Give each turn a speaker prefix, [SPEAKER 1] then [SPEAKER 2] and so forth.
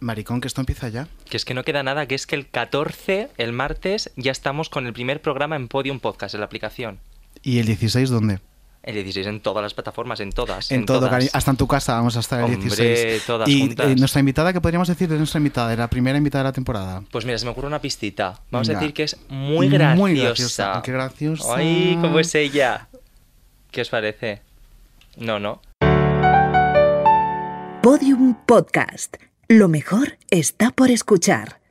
[SPEAKER 1] Maricón, que esto empieza ya.
[SPEAKER 2] Que es que no queda nada, que es que el 14, el martes, ya estamos con el primer programa en Podium Podcast, en la aplicación.
[SPEAKER 1] ¿Y el 16 dónde?
[SPEAKER 2] El 16 en todas las plataformas, en todas.
[SPEAKER 1] En, todo,
[SPEAKER 2] todas.
[SPEAKER 1] cari- hasta en tu casa vamos a estar el
[SPEAKER 2] Hombre,
[SPEAKER 1] 16.
[SPEAKER 2] todas
[SPEAKER 1] y
[SPEAKER 2] juntas.
[SPEAKER 1] eh, nuestra invitada, que podríamos decir de nuestra invitada, de la primera invitada de la temporada.
[SPEAKER 2] Pues mira, se me ocurre una pistita. Vamos
[SPEAKER 1] Venga.
[SPEAKER 2] a decir que es
[SPEAKER 1] Muy
[SPEAKER 2] muy graciosa.
[SPEAKER 1] graciosa, qué graciosa.
[SPEAKER 2] Ay, cómo es ella. ¿Qué os parece? No, no.
[SPEAKER 3] Podium Podcast. Lo mejor está por escuchar.